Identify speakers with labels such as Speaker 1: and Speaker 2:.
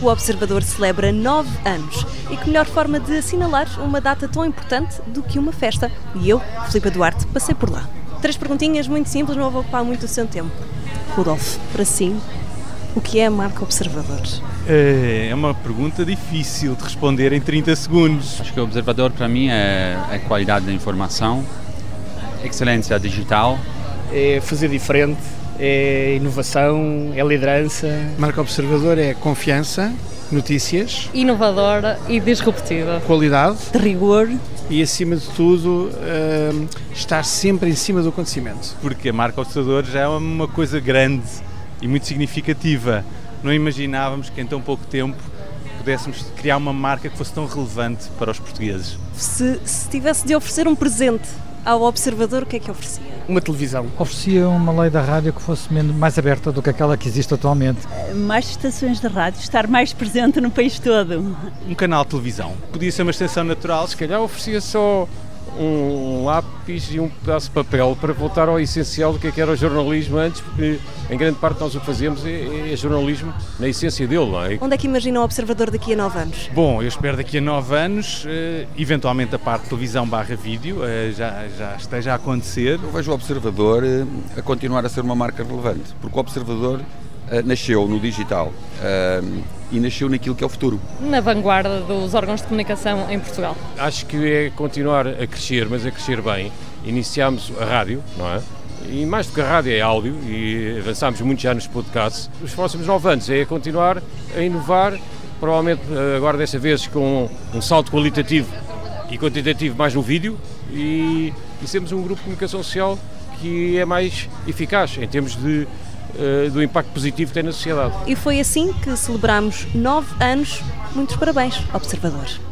Speaker 1: o Observador celebra nove anos. E que melhor forma de assinalar uma data tão importante do que uma festa? E eu, Filipe Duarte, passei por lá. Três perguntinhas muito simples, não vou ocupar muito o seu tempo. Rodolfo, para si, o que é a marca Observador?
Speaker 2: É uma pergunta difícil de responder em 30 segundos.
Speaker 3: Acho que o observador para mim é, é qualidade da informação, excelência digital.
Speaker 4: É fazer diferente, é inovação, é liderança.
Speaker 5: Marca Observador é confiança, notícias,
Speaker 6: inovadora e disruptiva.
Speaker 5: qualidade
Speaker 1: De rigor,
Speaker 5: e, acima de tudo, hum, estar sempre em cima do acontecimento.
Speaker 2: porque a marca Observador já é uma coisa grande e muito significativa. Não imaginávamos que em tão pouco tempo pudéssemos criar uma marca que fosse tão relevante para os portugueses.
Speaker 1: se, se tivesse de oferecer um presente ao Observador, o que é que oferecia?
Speaker 4: Uma televisão.
Speaker 7: oferecia uma lei da rádio que fosse men- mais aberta do que aquela que existe atualmente.
Speaker 8: mais estações de rádio, estar mais presente no país todo.
Speaker 2: Um canal de televisão. Podia ser uma extensão natural,
Speaker 9: Se calhar oferecia só um lápis e um pedaço de papel para voltar ao essencial do que, é que era o jornalismo antes, porque em grande parte nós o fazíamos é, é jornalismo na essência dele, não é?
Speaker 1: Onde é que imagina o Observador daqui a nove anos?
Speaker 2: Bom, eu espero daqui a nove anos, eh, eventualmente a parte de televisão barra vídeo eh, já, já esteja a acontecer.
Speaker 10: Eu vejo o Observador eh, a continuar a ser uma marca relevante, porque o Observador eh, nasceu no digital eh, e nasceu naquilo que é o futuro.
Speaker 6: Na vanguarda dos órgãos de comunicação em Portugal.
Speaker 9: Acho que é continuar a crescer, mas a crescer bem. Iniciámos a rádio, não é? E mais do que a rádio é áudio e avançámos muito já nos podcasts. Os próximos nove anos é continuar a inovar, provavelmente eh, agora desta vez com um salto qualitativo e quantitativo mais no vídeo e, e sermos um grupo de comunicação social que é mais eficaz em termos de, eh, do impacto positivo que tem na sociedade.
Speaker 1: E foi assim que celebramos nove anos. Muitos parabéns, Observador.